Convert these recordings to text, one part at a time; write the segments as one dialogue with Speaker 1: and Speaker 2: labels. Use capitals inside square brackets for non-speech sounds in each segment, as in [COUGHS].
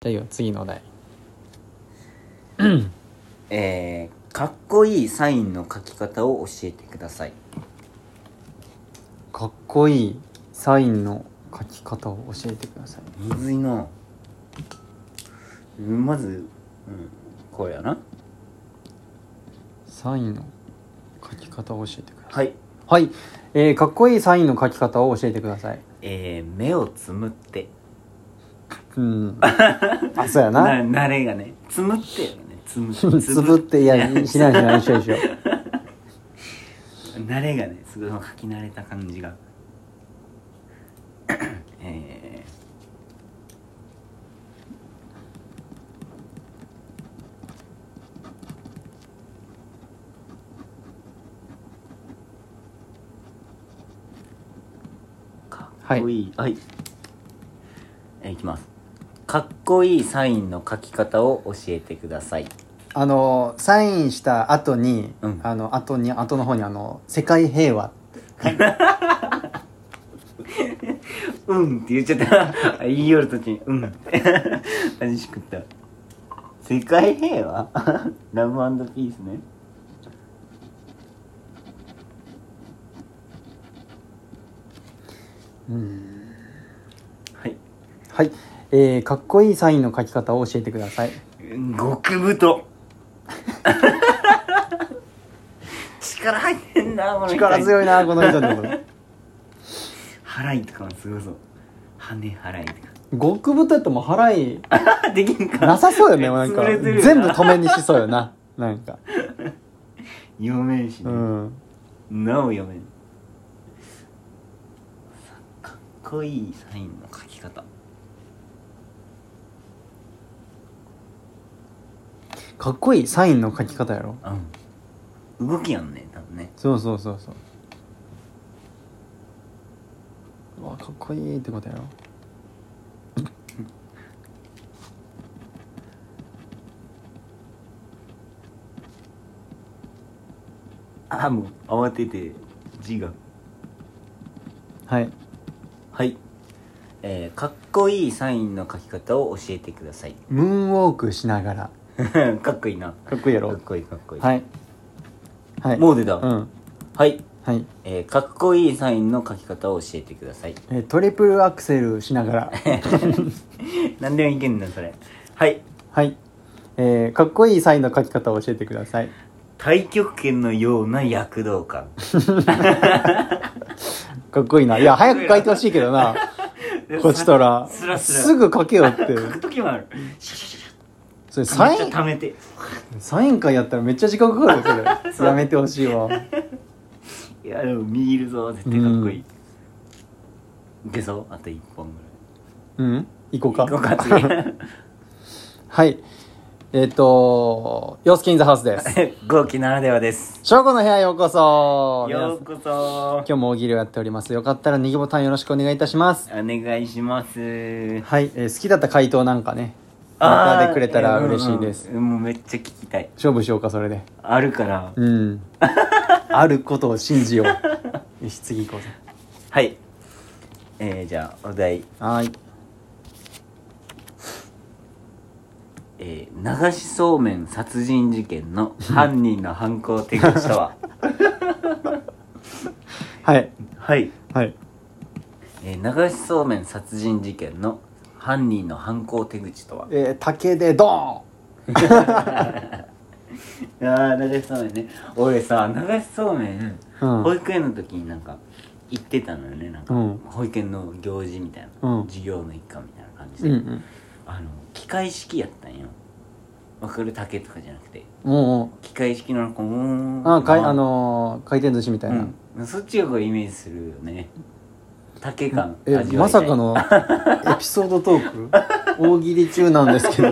Speaker 1: だよ次のお題
Speaker 2: えー、かっこいいサインの書き方を教えてください
Speaker 1: かっこいいサインの書き方を教えてください
Speaker 2: むずいなうんまず、うん、これやな
Speaker 1: サインの書き方を教えてください
Speaker 2: はい
Speaker 1: はい、えー、かっこいいサインの書き方を教えてください
Speaker 2: えー、目をつむって
Speaker 1: うん [LAUGHS] あそうやな
Speaker 2: な慣れがねつむってやろねつ
Speaker 1: [LAUGHS]
Speaker 2: む
Speaker 1: つぶっていやしないしない一緒一緒 [LAUGHS]
Speaker 2: 慣れがねすごい書き慣れた感じが [COUGHS] えーかっこいいはい、えーいきますかっこいいサインの書き方を教えてください
Speaker 1: あのサインした後に、
Speaker 2: うん
Speaker 1: あの後に後の方にあの世界平和
Speaker 2: うんって言っちゃった。言いよる途中に、うん。マジしくった。世界平和 [LAUGHS] ラブピースね。はい。
Speaker 1: はい、えー、かっこいいサインの書き方を教えてください
Speaker 2: 極太。力入ってんな、この人
Speaker 1: 力強いなこの人のこと
Speaker 2: 払いとかもすごそう。羽払いと
Speaker 1: [LAUGHS] 極太やったらもう払い
Speaker 2: か。 [LAUGHS] できん
Speaker 1: [LAUGHS]
Speaker 2: か。
Speaker 1: なさそうよねなんか
Speaker 2: 潰れてるよな
Speaker 1: 全部止めにしそうよ [LAUGHS] ななんか
Speaker 2: 読めんし
Speaker 1: う
Speaker 2: ね。
Speaker 1: ん
Speaker 2: なお読めんかっこいいサインの書き方
Speaker 1: かっこいいサインの書き方やろ
Speaker 2: うん動きやんね多分ね
Speaker 1: そうそうそうそううわかっこいいってことやろ
Speaker 2: あもう慌てて字が
Speaker 1: はい
Speaker 2: はいえー、かっこいいサインの書き方を教えてください
Speaker 1: ムーンウォークしながら
Speaker 2: [LAUGHS] かっこいいな
Speaker 1: かっこいいや
Speaker 2: か
Speaker 1: ろ
Speaker 2: っこいいかっこいい、
Speaker 1: はいはい
Speaker 2: もう出た、
Speaker 1: うん
Speaker 2: はい、
Speaker 1: はい、
Speaker 2: えー、かっこいいサインの書き方を教えてください
Speaker 1: えートリプルアクセルしなが [LAUGHS] ら
Speaker 2: 何でもいけんなそれはい
Speaker 1: はい、えー、かっこいいサインの書き方を教えてください
Speaker 2: 太極拳のような躍動感
Speaker 1: かっこいいないや早く書いてほしいけどな [LAUGHS] [LAUGHS] こっちとら
Speaker 2: スラスラ
Speaker 1: すぐ書けよ [LAUGHS] って
Speaker 2: [LAUGHS] 書く時もあるシャシャシャシャ
Speaker 1: それサ
Speaker 2: め
Speaker 1: イ
Speaker 2: っちゃ貯めて
Speaker 1: ンサイン会やったらめっちゃ時間かかるよそ
Speaker 2: [LAUGHS] そう
Speaker 1: れやめてほしいわ
Speaker 2: いやでも見るぞ絶対かっこいい、いけそうあと1本ぐ
Speaker 1: うん行こう
Speaker 2: ら
Speaker 1: か
Speaker 2: い行こうか次
Speaker 1: [LAUGHS] はいえっ、と洋介インザハウスです [LAUGHS]
Speaker 2: 豪気ならではです
Speaker 1: 翔吾の部屋へようこそ皆
Speaker 2: よ
Speaker 1: さん
Speaker 2: うこそ
Speaker 1: 今日も大喜利をやっておりますよかったら右ボタンよろしくお願いいたします
Speaker 2: お願いします
Speaker 1: はい、えー好きだった回答なんかねまたでくれたら嬉しいです、
Speaker 2: あーうんうんもうめっちゃ聞きたい
Speaker 1: 勝負しようかそれで
Speaker 2: あるから
Speaker 1: うん
Speaker 2: [LAUGHS]
Speaker 1: あることを信じようよし次行こうぜ
Speaker 2: はいえー、じゃあお題、
Speaker 1: はーい
Speaker 2: えー、流しそうめん殺人事
Speaker 1: [LAUGHS]
Speaker 2: 件の犯人の犯行手口とは
Speaker 1: はい
Speaker 2: はい
Speaker 1: はい
Speaker 2: えー流しそうめん殺人事件の犯人の犯行手口とは
Speaker 1: えー、竹でドーン
Speaker 2: ああ流しそうめんね俺さ流しそうめん、
Speaker 1: うん
Speaker 2: 保育園の時になんか行ってたのよねなんか、
Speaker 1: うん
Speaker 2: 保育園の行事みたいな、
Speaker 1: うん
Speaker 2: 授業の一環みたいな感じ
Speaker 1: うん
Speaker 2: で、
Speaker 1: うん
Speaker 2: あの機械式やったんよわかる竹とかじゃなくて
Speaker 1: も
Speaker 2: 機械式のこううー
Speaker 1: うんあかい
Speaker 2: ー
Speaker 1: あのー、回転寿司みたいな、
Speaker 2: うん、そっちをこうイメージするよね竹感
Speaker 1: え
Speaker 2: 味わ
Speaker 1: ま
Speaker 2: いた
Speaker 1: さ
Speaker 2: い
Speaker 1: か
Speaker 2: [LAUGHS]
Speaker 1: のエピソードトーク大喜利中なんですけ
Speaker 2: [LAUGHS]
Speaker 1: ど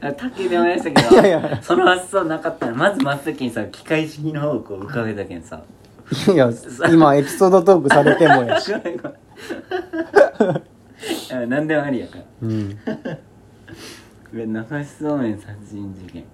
Speaker 2: あ竹で思いましたけ
Speaker 1: [LAUGHS]
Speaker 2: ど
Speaker 1: いやいや
Speaker 2: その発想なかったらまず真っ先にさ機械式の方をこう浮かべたけんさ
Speaker 1: いや今エピソードトークされてもや
Speaker 2: [LAUGHS]
Speaker 1: し、
Speaker 2: ごめんごめんあ何でもありやから
Speaker 1: うん、
Speaker 2: うわ流しそうめん殺人事件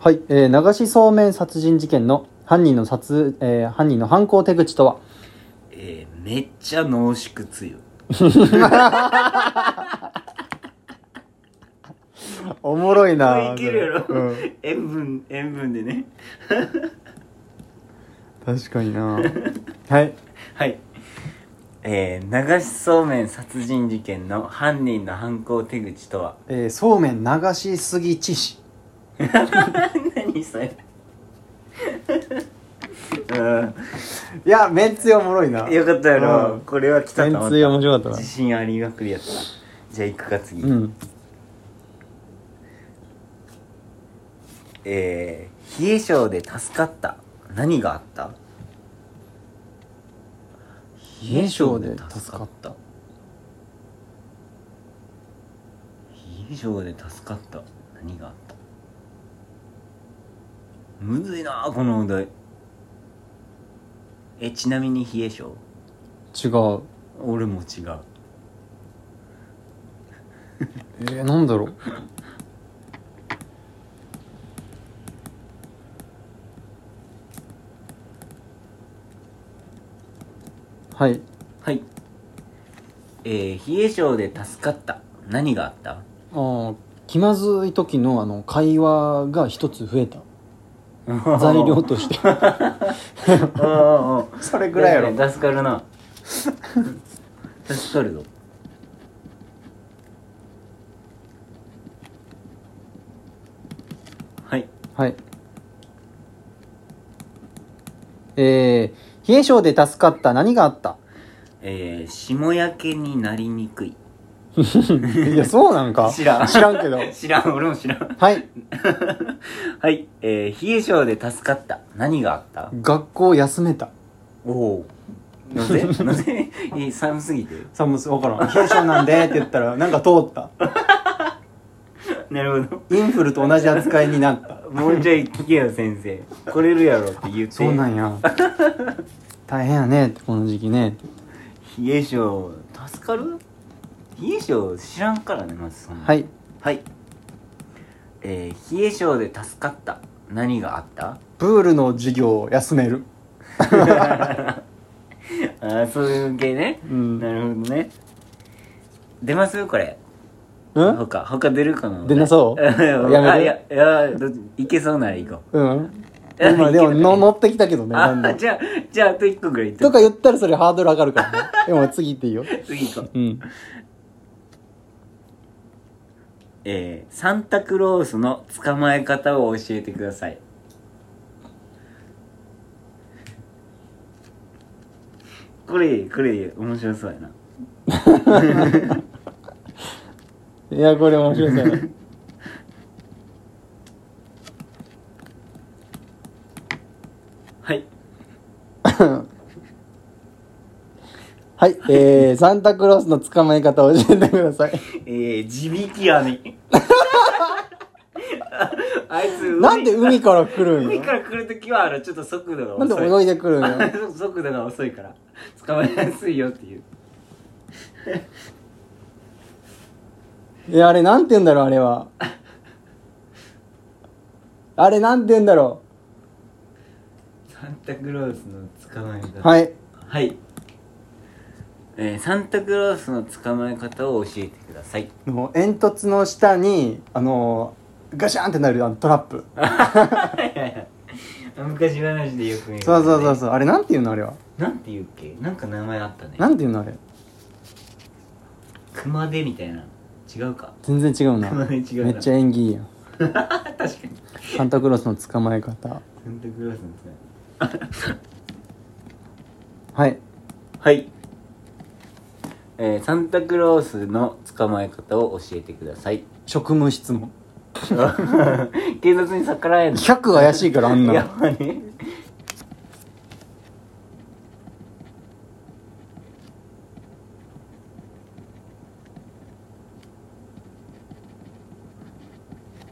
Speaker 1: はい、えー流しそうめん殺人事件の犯人の殺、えー犯人の犯行手口とは
Speaker 2: えー、めっちゃ濃縮つゆ
Speaker 1: おもろい
Speaker 2: こ
Speaker 1: な
Speaker 2: れいけるやろ、
Speaker 1: うん、
Speaker 2: 塩分塩分でね
Speaker 1: 確かになはい
Speaker 2: はいえー、流しそうめん殺人事件の犯人の犯行手口とは
Speaker 1: [LAUGHS] えーそうめん流しすぎ致死
Speaker 2: 何それう
Speaker 1: いやめんつゆおもろいなん
Speaker 2: よかったやろ、
Speaker 1: うん
Speaker 2: これは来た
Speaker 1: め
Speaker 2: と
Speaker 1: ん
Speaker 2: 思っ
Speaker 1: つゆ
Speaker 2: た
Speaker 1: 面白かった
Speaker 2: 自
Speaker 1: な
Speaker 2: 信ありまくりやったじゃあ行くか次、
Speaker 1: うん
Speaker 2: えー、冷え性で助かった何があった
Speaker 1: 冷え性で助かった
Speaker 2: 冷え性で助かった何があったむずいなあこのお題えちなみに冷え性
Speaker 1: 違う
Speaker 2: 俺も違う
Speaker 1: えー、なんだろう [LAUGHS] はい
Speaker 2: はいえー、冷え性で助かった何があった
Speaker 1: あー気まずい時のあの会話が一つ増え [LAUGHS] た材料として
Speaker 2: [LAUGHS] ああ
Speaker 1: [LAUGHS] それ
Speaker 2: 助かるな [LAUGHS] 助かるぞはい
Speaker 1: はいえー、冷え性で助かった何があった [LAUGHS]
Speaker 2: えー、霜焼けになりにくい
Speaker 1: いやそうなんか
Speaker 2: 知らん
Speaker 1: [LAUGHS]
Speaker 2: [LAUGHS]
Speaker 1: 知らんけど
Speaker 2: 知らん俺も知らん
Speaker 1: はい
Speaker 2: はいえー、冷え性で助かった何があった
Speaker 1: 学校休めた
Speaker 2: おおなぜ [LAUGHS] なぜいい寒すぎて
Speaker 1: 寒す分からん冷え性なんでって言ったらなんか通った
Speaker 2: なるほ
Speaker 1: インフルと同じ扱いになった
Speaker 2: どもうちょい聞けよ先生来れるやろって言って
Speaker 1: そうなんや大変やねこの時期ね
Speaker 2: 冷え性助かる冷え性知らんからねまずそんな
Speaker 1: はい
Speaker 2: はいえー、冷え性で助かった何があった
Speaker 1: プールの授業を休める
Speaker 2: [LAUGHS] ああそういう系ね、
Speaker 1: うん
Speaker 2: なるほどね出ますこれ
Speaker 1: うん
Speaker 2: 他他出るかな
Speaker 1: 出なそう
Speaker 2: [LAUGHS] やめ
Speaker 1: やめる
Speaker 2: あいやいやどっちいけそうなら行こ
Speaker 1: うん
Speaker 2: う
Speaker 1: 今でもの乗ってきたけど
Speaker 2: う
Speaker 1: ね
Speaker 2: あ
Speaker 1: だんだん
Speaker 2: じゃあじゃああと一個ぐらい行っ
Speaker 1: と
Speaker 2: と
Speaker 1: か言ったらそれハードル上がる
Speaker 2: [LAUGHS]
Speaker 1: からねでも次行っていいよ
Speaker 2: く次行こう
Speaker 1: うん
Speaker 2: えー、サンタクロースの捕まえ方を教えてくださいこれこれ面白そうやない
Speaker 1: やこれ面白
Speaker 2: [LAUGHS]
Speaker 1: そうやな
Speaker 2: はい
Speaker 1: はいえー、サンタクロースの捕まえ方を教えてください
Speaker 2: えー、地引き網 [LAUGHS] ああいつ海
Speaker 1: なんで海から来るん
Speaker 2: 海か
Speaker 1: よ
Speaker 2: ら来るときはあのちょっと速度
Speaker 1: な
Speaker 2: が
Speaker 1: ん
Speaker 2: 遅
Speaker 1: で
Speaker 2: い
Speaker 1: 泳いでくるんよ
Speaker 2: [LAUGHS] 速度が遅いから捕まえやすいよっていう
Speaker 1: いやあれなんて言うんだろうあれはあれなんて言うんだろ
Speaker 2: サンタクロースの捕まえ
Speaker 1: う
Speaker 2: 方
Speaker 1: はい
Speaker 2: はい、えーサンタクロースの捕まえ方を教えてください
Speaker 1: の煙突の下にあのガシャンってなるあのトラップ
Speaker 2: [LAUGHS] 昔話でよく見る、
Speaker 1: そうそうそうそうあれなんていうのあれは
Speaker 2: なんて言うっけなんか名前あったね
Speaker 1: なんていうのあれ
Speaker 2: 熊手みたいな違うか
Speaker 1: 全然違うな
Speaker 2: 熊手違う
Speaker 1: め
Speaker 2: な
Speaker 1: っちゃ演技いいやん
Speaker 2: 確かにサ
Speaker 1: サンタクロースの捕まえ方
Speaker 2: ンタクロースの捕ま
Speaker 1: はい
Speaker 2: えはいえーサンタクロースの捕まえ方を教えてく
Speaker 1: [LAUGHS]
Speaker 2: ださい
Speaker 1: 職務質問
Speaker 2: 警察に逆らえない
Speaker 1: 100怪しいからあんな
Speaker 2: や
Speaker 1: の
Speaker 2: ばね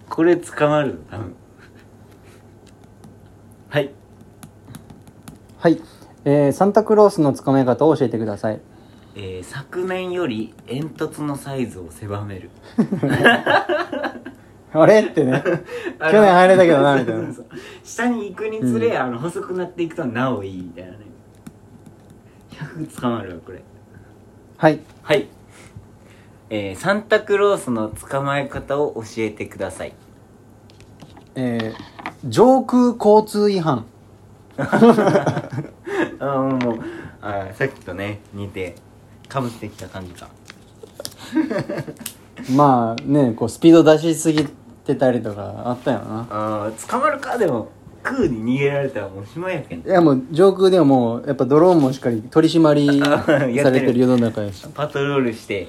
Speaker 2: これ捕まるぞ多分はい
Speaker 1: はい、えー、サンタクロースの捕まえ方を教えてくださ
Speaker 2: [LAUGHS]
Speaker 1: い
Speaker 2: え
Speaker 1: [LAUGHS]
Speaker 2: ー、昨年より煙突のサイズを狭める
Speaker 1: あれってね
Speaker 2: [LAUGHS] あの
Speaker 1: 去年入れたけどなみたいな
Speaker 2: そうそうそう [LAUGHS] 下に行くにつれ、あの細くなっていくとなおいいみたいなね100捕まるわこれ
Speaker 1: はい
Speaker 2: はいえー、サンタクロースの捕まえ方を教えてくだ
Speaker 1: [LAUGHS]
Speaker 2: さい
Speaker 1: えー、上空交通違反
Speaker 2: ああもうあーさっきとね似てかぶってきた感じか
Speaker 1: まあねこうスピード出しすぎてたりとかあったよな
Speaker 2: ああ捕まるかでも空に逃げられたらもうおしまいやけん
Speaker 1: いやもう上空ではもうやっぱドローンもしっかり取り締まり
Speaker 2: あ [LAUGHS] や
Speaker 1: さ
Speaker 2: っ
Speaker 1: れて
Speaker 2: てる
Speaker 1: る世の中やし
Speaker 2: パトロールして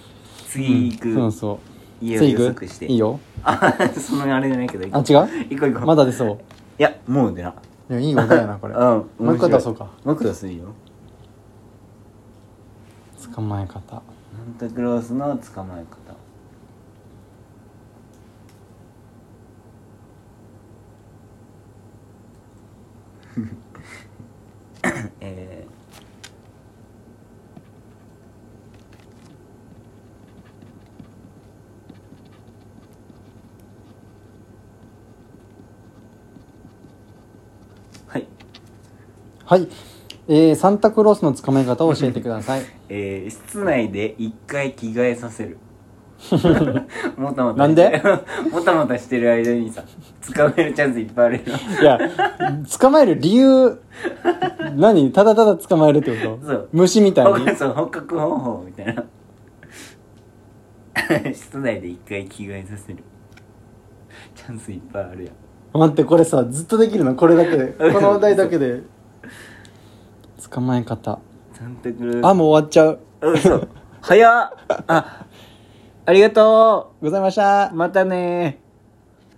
Speaker 2: 次行く、
Speaker 1: そうそう
Speaker 2: 家を
Speaker 1: 次
Speaker 2: 予
Speaker 1: 行
Speaker 2: 測
Speaker 1: く
Speaker 2: して
Speaker 1: いいよ
Speaker 2: あ [LAUGHS] そのあれじゃないけど
Speaker 1: あ
Speaker 2: 行こ
Speaker 1: 違
Speaker 2: う
Speaker 1: う
Speaker 2: [LAUGHS] 行こう行こう
Speaker 1: まだ出そう
Speaker 2: いやもう出なこ
Speaker 1: いやいい技やなこ
Speaker 2: れ
Speaker 1: れ
Speaker 2: うん面白い
Speaker 1: もう一個出そうか
Speaker 2: もう一個出すいよ
Speaker 1: 捕まえ方
Speaker 2: サンタクロースの捕まえ方 [LAUGHS] えーはい
Speaker 1: はい、えー、サンタクロースの捕まえ方を教えてくだ
Speaker 2: [LAUGHS]
Speaker 1: さい
Speaker 2: えー、室内で一回着替えさ
Speaker 1: [LAUGHS]
Speaker 2: せるもたもた
Speaker 1: なんで
Speaker 2: [LAUGHS] もたもたしてる間にさ捕まえるチャンスいっぱいあるよ
Speaker 1: いや捕まえる理由何ただただ捕まえるってこ
Speaker 2: そう
Speaker 1: と虫みたいに
Speaker 2: 捕そう捕獲方法みたいな [LAUGHS] 室内で一回着替えさせるチャンスいっぱいあるやん
Speaker 1: 待ってこれさずっとできるのこれだ
Speaker 2: [LAUGHS]
Speaker 1: けでこの話題だけで捕まえ方
Speaker 2: サンタクロース
Speaker 1: あもう終わっちゃう
Speaker 2: うんそう早っあありがと
Speaker 1: ございました
Speaker 2: うまたねー